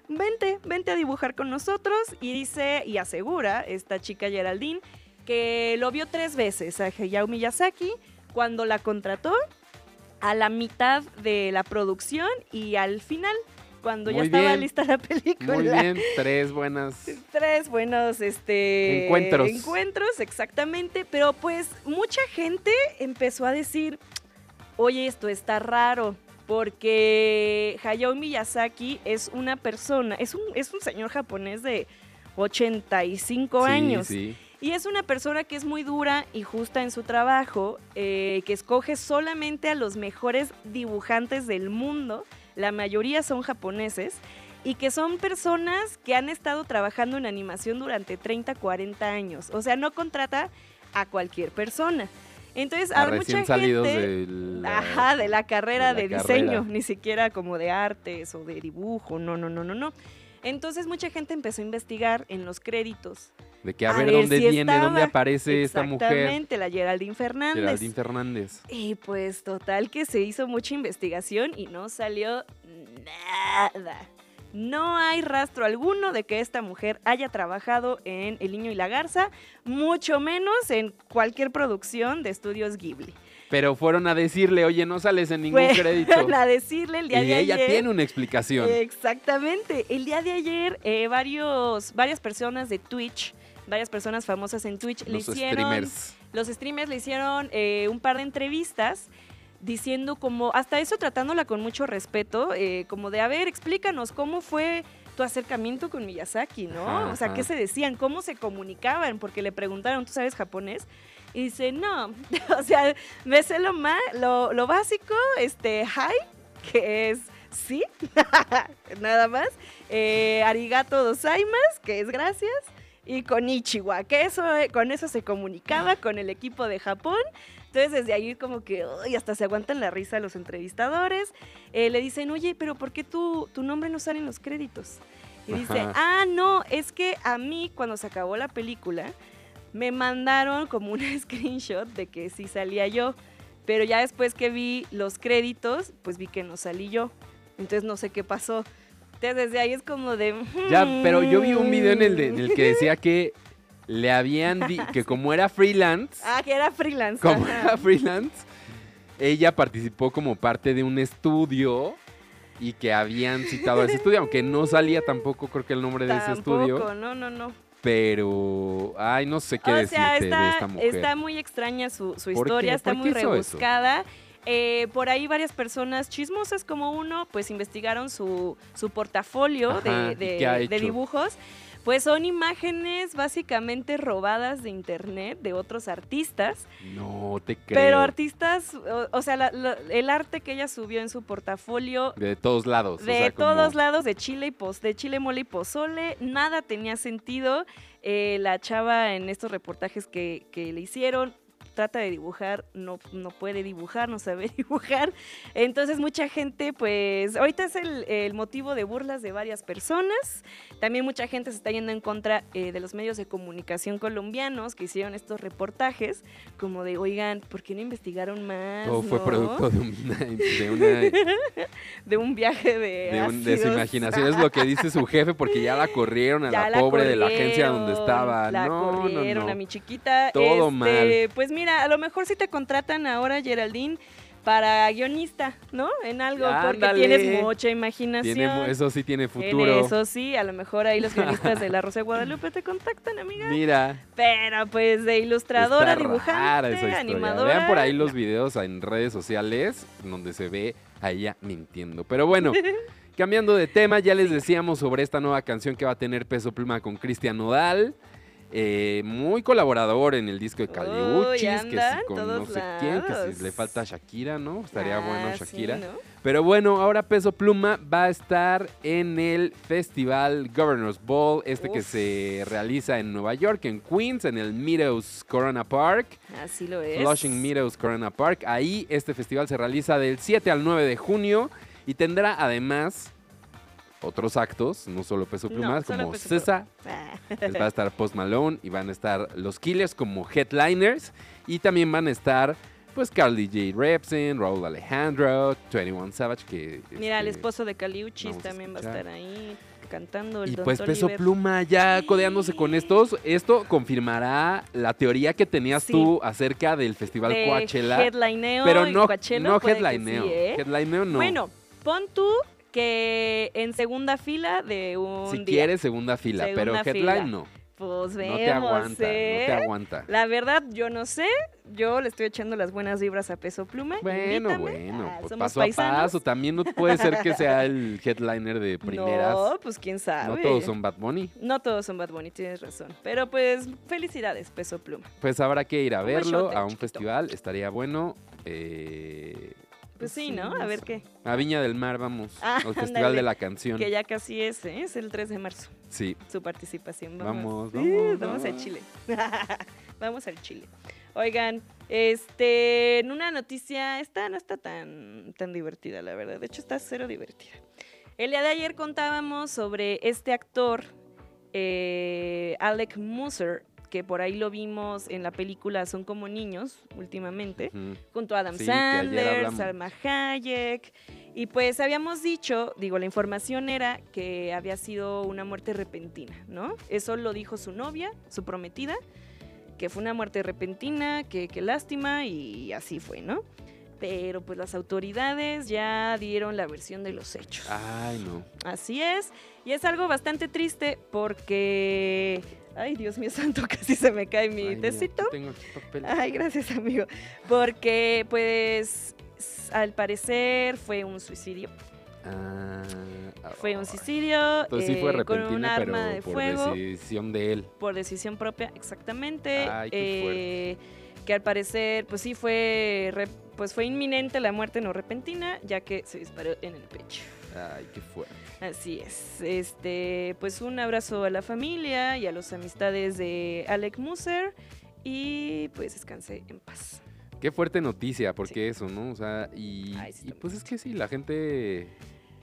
Vente, vente a dibujar con nosotros y dice y asegura esta chica Geraldine que lo vio tres veces a Hayao Miyazaki cuando la contrató, a la mitad de la producción y al final, cuando ya Muy estaba bien. lista la película. Muy bien, tres buenas. Tres buenos este, Encuentros. encuentros, exactamente. Pero pues mucha gente empezó a decir, oye, esto está raro, porque Hayao Miyazaki es una persona, es un, es un señor japonés de 85 Sí, años. Sí, Y es una persona que es muy dura y justa en su trabajo, eh, que escoge solamente a los mejores dibujantes del mundo, la mayoría son japoneses, y que son personas que han estado trabajando en animación durante 30, 40 años. O sea, no contrata a cualquier persona. Entonces, A hay Ah, mucha Ah, recién salidos gente... del. eh, Ajá, de la carrera de, de la diseño, carrera. ni siquiera como de artes o de dibujo, no, no, no, no, no. Entonces mucha gente empezó a investigar en los créditos. De que a, ver, dónde si viene, dónde estaba. aparece esta mujer. Exactamente, la Geraldine Fernández. Geraldine Fernández. Y pues total que se hizo mucha investigación y no salió nada. No hay rastro alguno de que esta mujer haya trabajado en El Niño y la Garza, mucho menos en cualquier producción de estudios Ghibli. Pero fueron a decirle, oye, no sales en ningún Fueron <laughs> crédito. a decirle el día y de ella ayer- Eh, tiene una explicación. Exactamente. El día de ayer, eh, varios, varias personas de Twitch, varias personas famosas en Twitch, le los hicieron. streamers. Los streamers le hicieron eh, un par de entrevistas diciendo como, hasta eso tratándola con mucho respeto, eh, como de, a ver, explícanos cómo fue tu acercamiento con Miyazaki, ¿no? Ajá, o sea, ¿qué ajá. se decían? ¿Cómo se comunicaban? Porque le preguntaron, ¿tú sabes japonés? Y dice, no, <laughs> o sea, me sé lo, ma- lo, lo básico, este, hi, que es sí, <laughs> nada más, eh, arigato dosaimas, que es gracias, y con Ichiwa, que eso, eh, con eso se comunicaba con el equipo de Japón. Entonces desde ahí como que uy, hasta se aguantan la risa los entrevistadores. Eh, le dicen, oye, pero ¿por qué tu, tu nombre no sale en los créditos? Y dice, Ajá. ah, no, es que a mí cuando se acabó la película me mandaron como un <laughs> screenshot de que sí salía yo. Pero ya después que vi los créditos, pues vi que no salí yo. Entonces no sé qué pasó. Entonces desde ahí es como de... Ya, pero yo vi un video en el, de- "Mm". en el que decía que le habían di- que como era freelance, <laughs> Ah, que era freelance. como ajá. era freelance, ella participó como parte de un estudio y que habían citado a ese estudio, aunque no salía tampoco creo que el nombre <laughs> de ese estudio, Tampoco, no, no, no. pero ay, no sé qué o decirte sea, de está, esta mujer. está muy extraña su, su qué? historia, está ¿Por muy qué hizo eso? rebuscada. Eh, por ahí varias personas chismosas como uno, pues investigaron su, su portafolio Ajá, de, ¿y de- qué ha de hecho? dibujos. Pues son imágenes básicamente robadas de internet de otros artistas, No te creo. pero artistas, o, o sea, la- la- el arte que ella subió en su portafolio de todos lados. o De sea, como- todos lados, de chile y pos, de chile mole y pozole, nada tenía sentido. Eh, la chava en estos reportajes que, que le hicieron trata de dibujar, no, no puede dibujar, no sabe <laughs> dibujar. Entonces mucha gente, pues, ahorita es el, el motivo de burlas de varias personas. También mucha gente se está yendo en contra eh, de los medios de comunicación colombianos que hicieron estos reportajes, como de, oigan, ¿por qué no investigaron más? Todo Oh, fue no?" producto de una, <laughs> de una de un viaje de... de, un- de su ácidos. imaginación. Es lo que dice su jefe porque ya la corrieron a Ya la pobre de la agencia donde corrieron, estaba. La no, no, corrieron no. a mi chiquita. Todo Este, mal. Pues mira, a lo mejor si te contratan ahora, Geraldine, para guionista, ¿no? En algo, porque Ándale. tienes mucha Tiene imaginación. mu- eso sí tiene En futuro. eso sí, a lo mejor ahí los guionistas de La Rosa de Guadalupe te contactan, amiga. Mira, Pero pues de ilustradora, está rara esa dibujante, historia. animadora. Vean por ahí los videos en redes sociales donde se ve a ella mintiendo. <laughs> Pero bueno, cambiando de tema, ya les decíamos sobre esta nueva canción que va a tener Peso Pluma con Cristian Nodal. eh, muy colaborador en el disco de Uy, Caliuchis, que anda si en con no todos sé quién, que lados. si le falta Shakira, ¿no? Estaría bueno Ah, sí, Shakira. ¿no? Pero bueno, ahora Peso Pluma va a estar en el festival Governor's Ball, este que Uf. se realiza en Nueva York, en Queens, en el Meadows Corona Park, Así lo es. Flushing Meadows Corona Park. Ahí este festival se realiza del 7 al 9 de junio y tendrá además otros actos, no solo Peso No, Pluma, solo como Peso Pluma. César, Ah. les <laughs> va a estar Post Malone y van a estar los Killers como headliners y también van a estar pues Carly J. Repson, Raúl Alejandro, 21 Savage que Mira, el este, esposo de Caliuchis vamos a también va a escuchar. estar ahí cantando. El y Don pues Peso Toliver. Pluma ya codeándose con estos, esto confirmará la teoría que tenías Sí. tú acerca del festival de Coachella, Headlineo pero y no Coachella, no puede que headlineo, sí, ¿eh? headlineo no. Bueno, pon tú que en segunda fila de un si día. quieres segunda fila, Segunda pero fila. headline no, Pues no vemos, te aguanta, ¿eh? no te aguanta. La verdad, yo no sé. Yo le estoy echando las buenas vibras a Peso Pluma. Bueno, invítame. bueno, Ah, pues somos paso paisanos. a paso. También no puede ser <laughs> que sea el headliner de primeras. No, No, pues quién sabe. todos son Bad Bunny. No todos son Bad Bunny, tienes razón. Pero pues, felicidades, Peso Pluma. Pues habrá que ir a Un verlo shote, a un chiquito. festival, estaría bueno. eh, Pues sí, ¿no? A ver qué. A Viña del Mar vamos. Ah, al Festival ándale, de la Canción. Que ya casi es, ¿eh? es el 3 de marzo Sí. su participación. Vamos, Vamos, Sí, vamos, vamos vamos. a Chile. <laughs> vamos al Chile. Oigan, este, en una noticia, esta no está tan, tan divertida, la verdad. De hecho, está cero divertida. El día de ayer contábamos sobre este actor, eh, Alec Musser, que por ahí lo vimos en la película Son como niños últimamente Ujú. junto a Adam Sí, que ayer Sandler, hablamos. Salma Hayek. Y pues habíamos dicho, digo, la información era que había sido una muerte repentina, ¿no? Eso lo dijo su novia, su prometida, que fue una muerte repentina, que, que lástima, y así fue, ¿no? Pero pues las autoridades ya dieron la versión de los hechos. Ah. Ay, no. Así es. Y es algo bastante triste porque... Ay, Dios mío santo, <laughs> casi se me cae mi Ay, mira, tecito. aquí tengo aquí papel. Ay, gracias, amigo. Porque, pues, s- al parecer fue un suicidio. Ah, Fue ay. un suicidio Entonces sí fue eh, con un repentina, arma de pero por fuego decisión de él. por decisión propia, exactamente. Ay, qué eh, que al parecer, pues sí fue, re- pues fue inminente la muerte no repentina, ya que se disparó en el pecho. Ay, qué fuerte. Así es. Este, pues un abrazo a la familia y a los amistades de Alec Musser y pues descanse en paz. Qué fuerte noticia, porque Sí. eso, ¿no? O sea, y, Ay, sí, y está muy pues es que sí, la gente.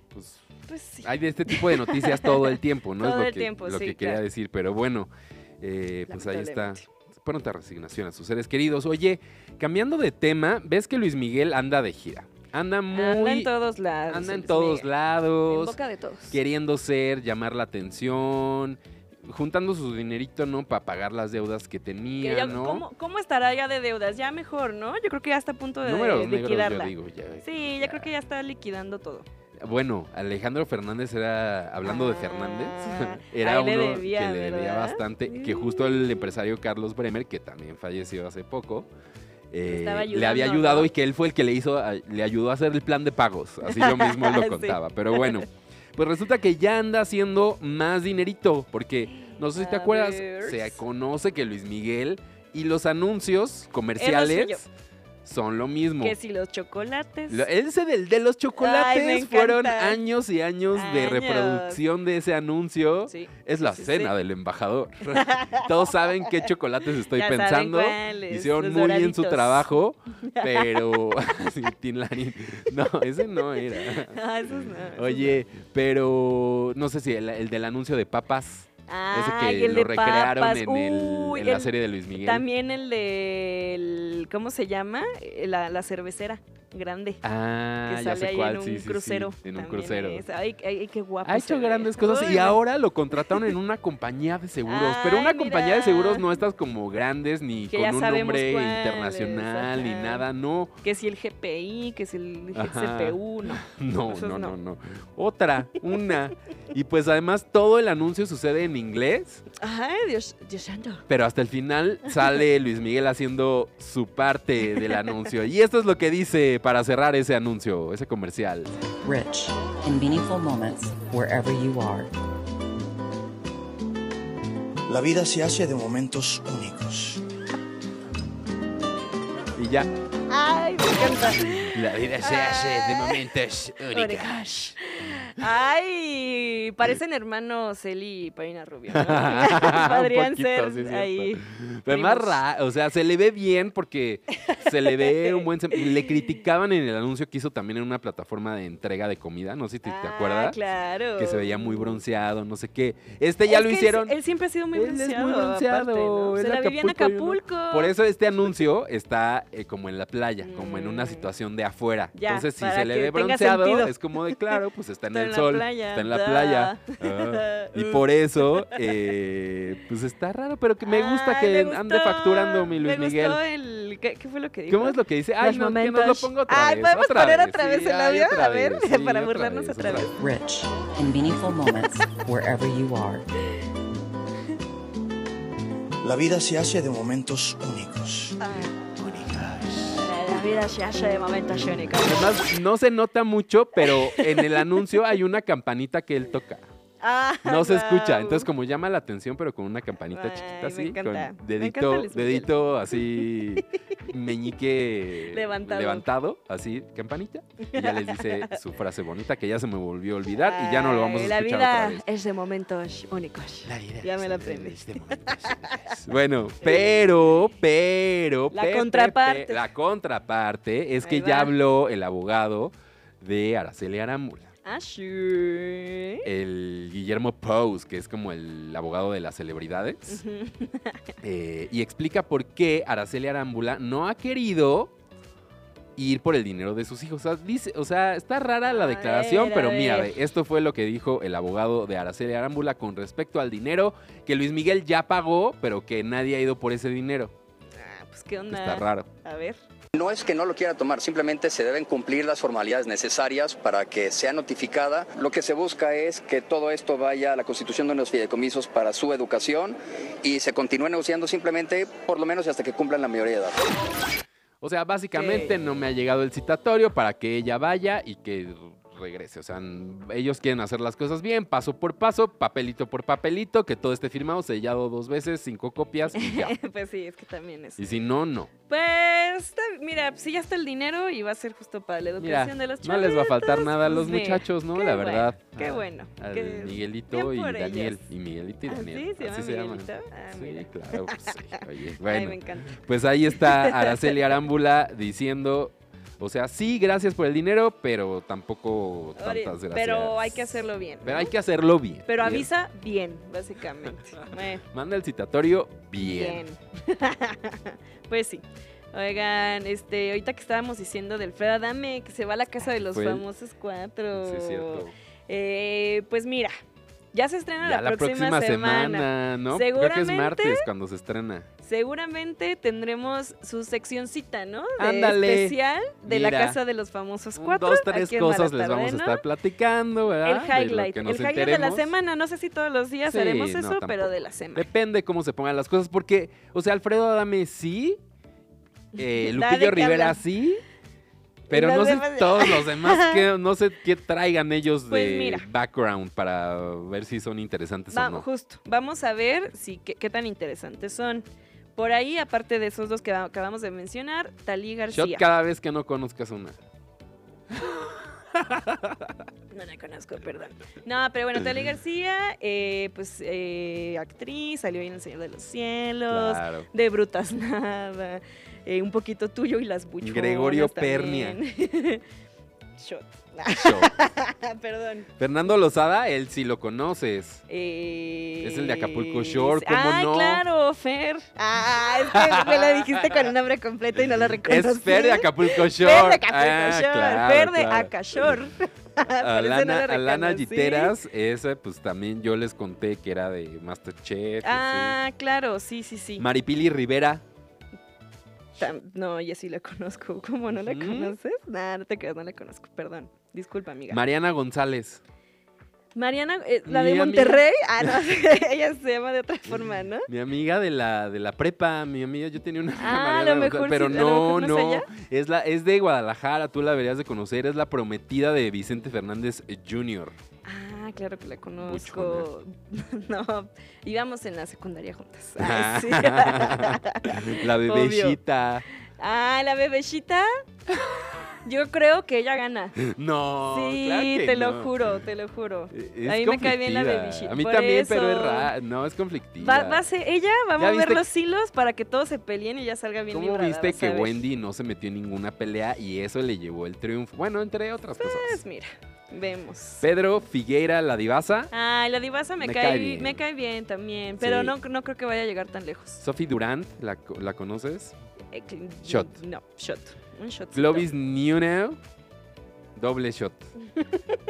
Pues Pues sí. hay de este tipo de noticias todo el tiempo, ¿no? Todo es lo el que, tiempo, lo sí, que quería claro. decir, pero bueno, eh, pues ahí está. Lamentablemente. Pronta resignación a sus seres queridos. Oye, cambiando de tema, ves que Luis Miguel anda de gira. Anda muy. Anda en todos lados. anda en Luis todos Miguel. En lados. boca de todos. queriendo ser, llamar la atención, juntando su dinerito, ¿no? Para pagar las deudas que tenía, Que ya- ¿no? ¿cómo, cómo estará ya de deudas? Ya mejor, ¿no? Yo creo que ya está a punto de, Números de negros, liquidarla. yo digo, ya. Sí, yo creo que ya está liquidando todo. Bueno, Alejandro Fernández era, hablando de Ah, Fernández, era ahí le uno debía, que le debía ¿verdad? bastante, que justo el empresario Carlos Bremer, que también falleció hace poco, eh, estaba le había ayudando, ayudado ¿no? y que él fue el que le hizo, a- le ayudó a hacer el plan de pagos, así yo <laughs> mismo lo Sí. contaba, pero bueno, pues resulta que ya anda haciendo más dinerito, porque no sé si te A acuerdas, ver. se conoce que Luis Miguel y los anuncios comerciales son lo mismo. Que si los chocolates. Lo- eh? ese del de los chocolates Ay, me fueron encanta. años y años, de Años. reproducción de ese anuncio. Sí. Es la Sí, cena sí. <laughs> del embajador. Todos saben qué chocolates estoy Ya saben pensando. cuáles, Hicieron los muy bien su doraditos. trabajo, pero <laughs> sí, Tin Larín. No, ese <laughs> no era. <laughs> Ah, esos no, esos Oye, pero no sé si el, el del anuncio de papas, no. Ay, ese que el lo de recrearon papas. en, el- Uy, en la el- serie de Luis Miguel. También el del. ¿Cómo se llama? Eh, La, la cervecera grande. Ah, que ya sale sé ahí cuál, en un sí, sí, sí, crucero. en un también crucero. es. Ay, ay, qué guapo. se Ha hecho ve. grandes cosas Uy, y no. ahora lo contrataron en una compañía de seguros. pero una Ay, compañía de Ah, mira. seguros no estas como grandes ni Que con ya un sabemos nombre cuáles, internacional ni ajá. nada. No, Que si el GPI, que si el Ajá. GCPU, no. <laughs> no, Esos no, no, no. no. Otra, una. Y pues además todo el anuncio sucede en inglés, Ay, Dios, Dios santo. pero hasta el final sale Luis Miguel haciendo su parte del anuncio. Y esto es lo que dice para cerrar ese anuncio, ese comercial. rich in meaningful moments wherever you are. La vida se hace de momentos únicos. Y ya, Ay, me encanta. la vida se hace de momentos Orejas. Ay, parecen hermanos Eli y Paina Rubio. <laughs> ¿no? <laughs> Un Podrían poquito, ser sí, es cierto. ahí. Pero más primos. ra- o sea, se le ve bien porque se le ve un buen... sem- <laughs> Le criticaban en el anuncio que hizo también en una plataforma de entrega de comida, no sé si te, te Ah, acuerdas, claro. que se veía muy bronceado, no sé qué. Este ya Es lo que él- hicieron... Él, siempre ha sido muy Él es bronceado. muy aparte, ¿no? bronceado, Se él la vivía en Acapulco y uno- Acapulco. Por eso este anuncio está eh, como en la playa, como en una Mm. situación de afuera. Ya, Entonces, si para se le que ve tenga bronceado, sentido. es como de claro, <laughs> pues está en Está el en la sol, playa, está en la da. playa. Ah, <laughs> y por eso, eh, pues está raro, pero que me Ay, gusta que me ande gustó, facturando mi Luis me Miguel. Gustó el, ¿qué, qué fue lo que dijo? ¿Cómo es lo que dice? Ay, Los no, que nos lo momentos. pongo otra Ay, vez. ¿podemos otra poner vez, otra vez sí, el ay, audio? otra A ver, vez, sí, para burlarnos otra vez. Rich in meaningful moments wherever you are. La vida se hace de momentos únicos. Ah. La vida se hace de momentos únicos. Además, no se nota mucho, pero en el anuncio hay una campanita que él toca. Ah, <laughs> No se escucha. guau. Entonces, como llama la atención, pero con una campanita Ay, chiquita me así, con encanta. Me dedito, encanta Luis Miguel. dedito <laughs> así, meñique Levantado. levantado, así, campanita. Y ya <laughs> les dice su frase bonita que ya se me volvió a olvidar y ya no lo vamos a Ay, escuchar La otra vida vez. es de momentos únicos. Ya me la este aprendí. Bueno, pero, pero, La pe- pe- contraparte. pe- la contraparte es que Ahí ya va. habló el abogado de Araceli Arámbula. Ah, sí. el Guillermo Pose, que es como el abogado de las celebridades, eh, y explica por qué Araceli Arámbula no ha querido ir por el dinero de sus hijos. O sea, dice- o sea, está rara la A declaración, ver, a pero mira, ver. ve, esto fue lo que dijo el abogado de Araceli Arámbula con respecto al dinero que Luis Miguel ya pagó, pero que nadie ha ido por ese dinero. Ah, pues qué onda. Está raro. A ver. <laughs> No es que no lo quiera tomar, simplemente se deben cumplir las formalidades necesarias para que sea notificada. Lo que se busca es que todo esto vaya a la constitución de los fideicomisos para su educación y se continúe negociando simplemente por lo menos hasta que cumplan la mayoría de edad. O sea, básicamente no me ha llegado el citatorio para que ella vaya y que regrese. O sea, n- ellos quieren hacer las cosas bien, paso por paso, papelito por papelito, que todo esté firmado, sellado dos veces, cinco copias y <laughs> ya. Pues sí, es que también es. Y si no, no. Pues, ta- mira, pues, sí, ya está el dinero y va a ser justo para la Mira, educación de los no les va a faltar chavitos, nada a los pues, mira, muchachos, ¿no? qué La bueno, verdad. qué Ah, bueno. Al que- bien Miguelito y por Daniel. ellos. Y Miguelito y ¿Ah, Daniel. sí? ¿Se llama Miguelito? Ah, sí, mira. claro. <laughs> pues sí, oye, Ay, bueno. me encanta. Pues <laughs> ahí está Araceli Arámbula diciendo, o sea, sí, gracias por el dinero, pero tampoco Ore- tantas gracias. Pero hay que hacerlo bien. Pero ¿no? hay que hacerlo bien. Pero bien. avisa bien, <laughs> básicamente. Eh, Manda el citatorio bien. <laughs> pues sí. Oigan, este, ahorita que estábamos diciendo del Fred Adame, que se va a la casa de los Ah, Fue el- famosos cuatro. Sí, es cierto. Eh, pues mira, ya se estrena Ya la, próxima, semana. ¿no? Creo que es Seguramente- martes cuando se estrena. Seguramente tendremos su seccioncita, ¿no? De Ándale. especial de la Mira. casa de los famosos Un, Pues cuatro. dos, tres aquí en cosas les Malatarde, vamos ¿no? a estar platicando, ¿verdad? El De lo highlight, que el nos highlight de la enteremos. semana. No sé si todos los días Sí, haremos no, eso, pero tampoco. de la semana. Depende cómo se pongan las cosas, porque, o sea, Alfredo <laughs> Adame sí, Da de eh, Lupillo qué Rivera hablar. sí, pero los no sé demás- todos <laughs> los demás, que, no sé qué traigan ellos Pues de mira. background para ver si son interesantes Va- o no. Justo. Vamos a ver si qué, qué tan interesantes son. Por ahí, aparte de esos dos que va- acabamos de mencionar, Talí Shot García. cada vez que no conozcas una. No la conozco, perdón. No, pero bueno, Talí García, eh, pues eh, actriz, salió ahí en El Señor de los Cielos, Claro. de Brutas Nada, eh, un poquito tuyo y las buchonas Gregorio también. <laughs> Shot. <laughs> Ah, Shot. perdón. Fernando Lozada, él sí lo conoces. Es el de Acapulco Shore, ¿cómo ah, no? claro, Fer. Ah, es que me la dijiste con un nombre completo y no la reconocí. Es Fer de Acapulco Shore. Fer de Acapulco Ah, Shore. claro, Fer de claro. Acashore. <laughs> Por eso no Alana, la Alana reconocí. Giteras, esa pues también yo les conté que era de Masterchef. y Ah, claro, sí, sí, sí. así. Maripili Rivera, Tam- no, yo sí la conozco. <laughs> ¿Cómo no la Ujú. conoces? Nah, no te creas, no la conozco. Perdón. Disculpa, amiga. Mariana González. Mariana, eh, la de Mi amiga. Monterrey. Ah, no, <laughs> ella se llama de otra forma, ¿no? Mi amiga de la, de la prepa, mi amiga, yo tenía una amiga Ah, a Mariana lo González, mejor pero sí, a lo no, mejor no es no, ella. es la, es de Guadalajara, tú la deberías de conocer, es la prometida de Vicente Fernández Jr. Ah, claro que la conozco. <laughs> No, íbamos en la secundaria <laughs> juntas. Ay, <laughs> sí. <laughs> la bebecita. Ah, la bebecita. Yo creo que ella gana. No, sí, claro que te lo no. juro, te lo juro. Eh, es A mí me cae bien la conflictiva. baby shit, A mí por también, pero es eso. rara. No, es conflictiva. Va, va a ser ella, vamos ¿Ya a ver viste- los hilos para que todos se peleen y ya salga bien ¿Cómo librada, viste vas a que ver. Wendy no se metió en ninguna pelea y eso le llevó el triunfo? Bueno, entre otras Pues cosas. mira, vemos. Pedro Figueira, la divasa. Ay, la divasa me, Me cae, cae bien. bien. me cae bien también, pero Sí. no, no creo que vaya a llegar tan lejos. Sophie Durant, ¿la, co- la conoces? Eh, que- Shot. No, shot. Un shot. Clovis Nuno, <laughs> doble shot.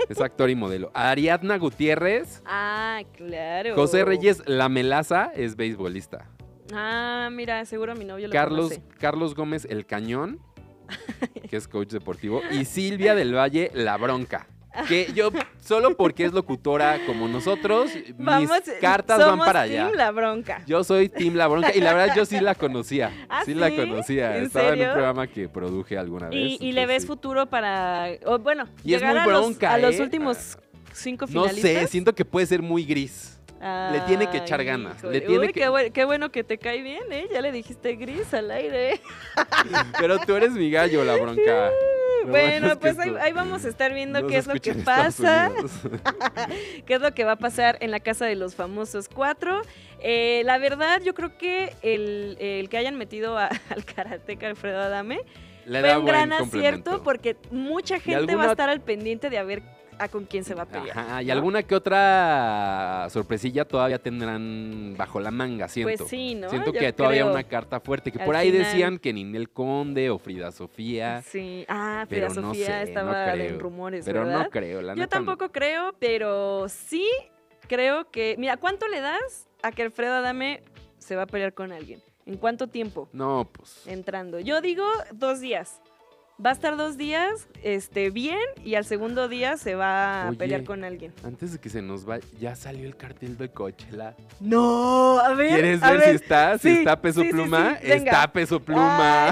es actor y modelo. Ariadna Gutiérrez. Ah, claro. José Reyes La Melaza es beisbolista. Ah, mira, seguro mi novio lo Carlos, conoce. Carlos Gómez <laughs> El Cañón, que es coach deportivo, y Silvia del Valle La Bronca. Que yo, solo porque es locutora como nosotros, Vamos, mis cartas van somos para team allá. la bronca. Yo soy Tim La Bronca y la verdad yo sí la conocía. ¿Ah, sí, la sí? conocía. ¿En Estaba en serio? un programa que produje alguna vez. Y, y le entonces ves sí. futuro para, o bueno, Y es llegar muy a, los- bronca, a los, ¿eh? últimos cinco No finalistas? sé, siento que puede ser muy gris. le tiene que echar Ay, ganas, le híjole. tiene Uy, que- qué, bueno, qué bueno que te cae bien, ¿eh? Ya le dijiste gris al aire. Pero tú eres mi gallo, la <laughs> bronca. Lo bueno, es que pues ahí, esto ahí vamos a estar viendo no qué se es lo escucha que en Estados pasa. Unidos. <laughs> qué es lo que va a pasar en la Casa de los Famosos 4. Eh, la verdad, yo creo que el, el que hayan metido a- <laughs> al karateca Alfredo Adame Le fue da un buen gran complemento. acierto porque mucha gente va alguna- a estar al pendiente de a ver a con quién se va a pelear. Ajá, y ¿no? alguna que otra sorpresilla todavía tendrán bajo la manga, siento. Pues sí, ¿no? Siento Yo que todavía creo. una carta fuerte, que Al por ahí final- decían que Ninel Conde o Frida Sofía, Sí. Ah, pero Frida no Sofía sé, no estaba creo. en rumores, pero ¿verdad? no creo, la Yo neta no. tampoco creo, pero sí creo que. Mira, ¿cuánto le das a que Alfredo Adame se va a pelear con alguien? ¿En cuánto tiempo? No, pues. Entrando. Yo digo dos días. Va a estar dos días este, bien y al segundo día se va a Oye. pelear con alguien. Antes de que se nos vaya, ya salió el cartel de Coachella. No, Oh, a ver. ¿Quieres ver si está? Si Sí, está peso sí, sí, pluma, sí, venga. está peso pluma.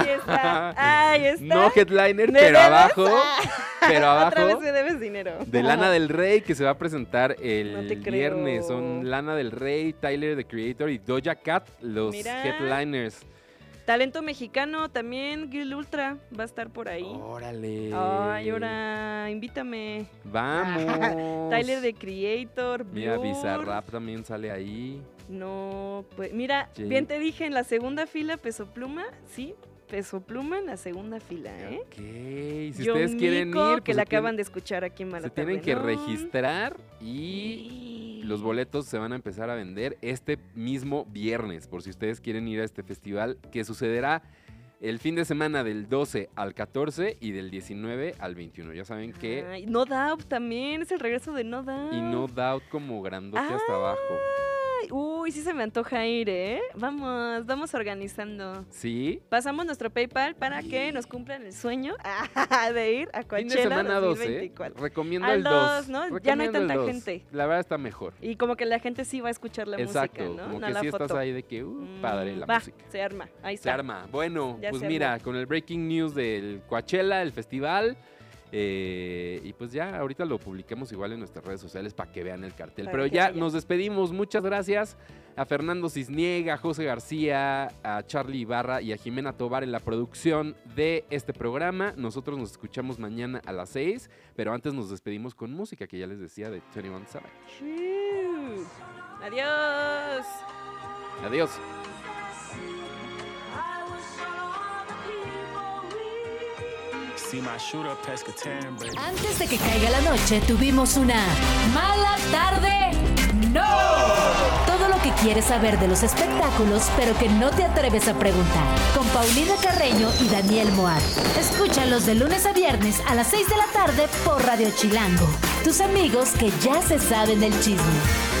Ahí <laughs> está. Ahí está. No headliner, ¿Me debes? pero abajo. Ah. Pero <laughs> Otra vez abajo. me debes dinero. <laughs> De Lana del Rey, que se va a presentar el No te creo. viernes. Son Lana del Rey, Tyler the Creator y Doja Cat, los Mira. headliners. Talento mexicano también, Gil Ultra, va a estar por ahí. Órale. Ay, ahora invítame. Vamos. Tyler de Creator, Blur. Mira, Bizarrap también sale ahí. No, pues mira, Sí. bien te dije en la segunda fila peso pluma, sí, peso pluma en la segunda fila, ¿eh? Ok. Si Yo ustedes quieren ir, Mico, que pues la se tienen- acaban de escuchar aquí en se Maratón. tienen que registrar y Los boletos se van a empezar a vender este mismo viernes, por si ustedes quieren ir a este festival, que sucederá el fin de semana del 12 al 14 y del 19 al 21. Ya saben que... Ay, no Doubt también, es el regreso de No Doubt. Y no doubt como grandote hasta Ah. abajo. Ay, Uy, sí se me antoja ir, ¿eh? Vamos, vamos organizando. ¿Sí? Pasamos nuestro PayPal para que nos cumplan el sueño <laughs> de ir a Fin de Coachella semana ¿eh? 12. 2024. Recomiendo Al el 2. dos, ¿no? Ya no hay recomiendo el tanta dos. gente. La verdad está mejor. Y como que la gente sí va a escuchar la Exacto. música, ¿no? Como no que la sí foto. estás ahí de que, uh, Mm, padre la va, música. Se arma, ahí Se está. arma. Bueno, Ya pues se mira, armó. con el breaking news del Coachella, el festival. eh, y pues ya, ahorita lo publicamos igual en nuestras redes sociales para que vean el cartel. Para Pero que ya vayan. nos despedimos. Muchas gracias a Fernando Cisniega, a José García, a Charlie Ibarra y a Jimena Tobar en la producción de este programa. Nosotros nos escuchamos mañana a las 6, pero antes nos despedimos con música que ya les decía de Tony One Savage. Chiu. Adiós. Adiós. See my shooter pescatarian, baby. Antes de que caiga la noche, tuvimos una mala tarde. ¡No! Todo lo que quieres saber de los espectáculos, pero que no te atreves a preguntar. Con Paulina Carreño y Daniel Moat. Escúchalos de lunes a viernes a las 6 de la tarde por Radio Chilango. Tus amigos que ya se saben del chisme.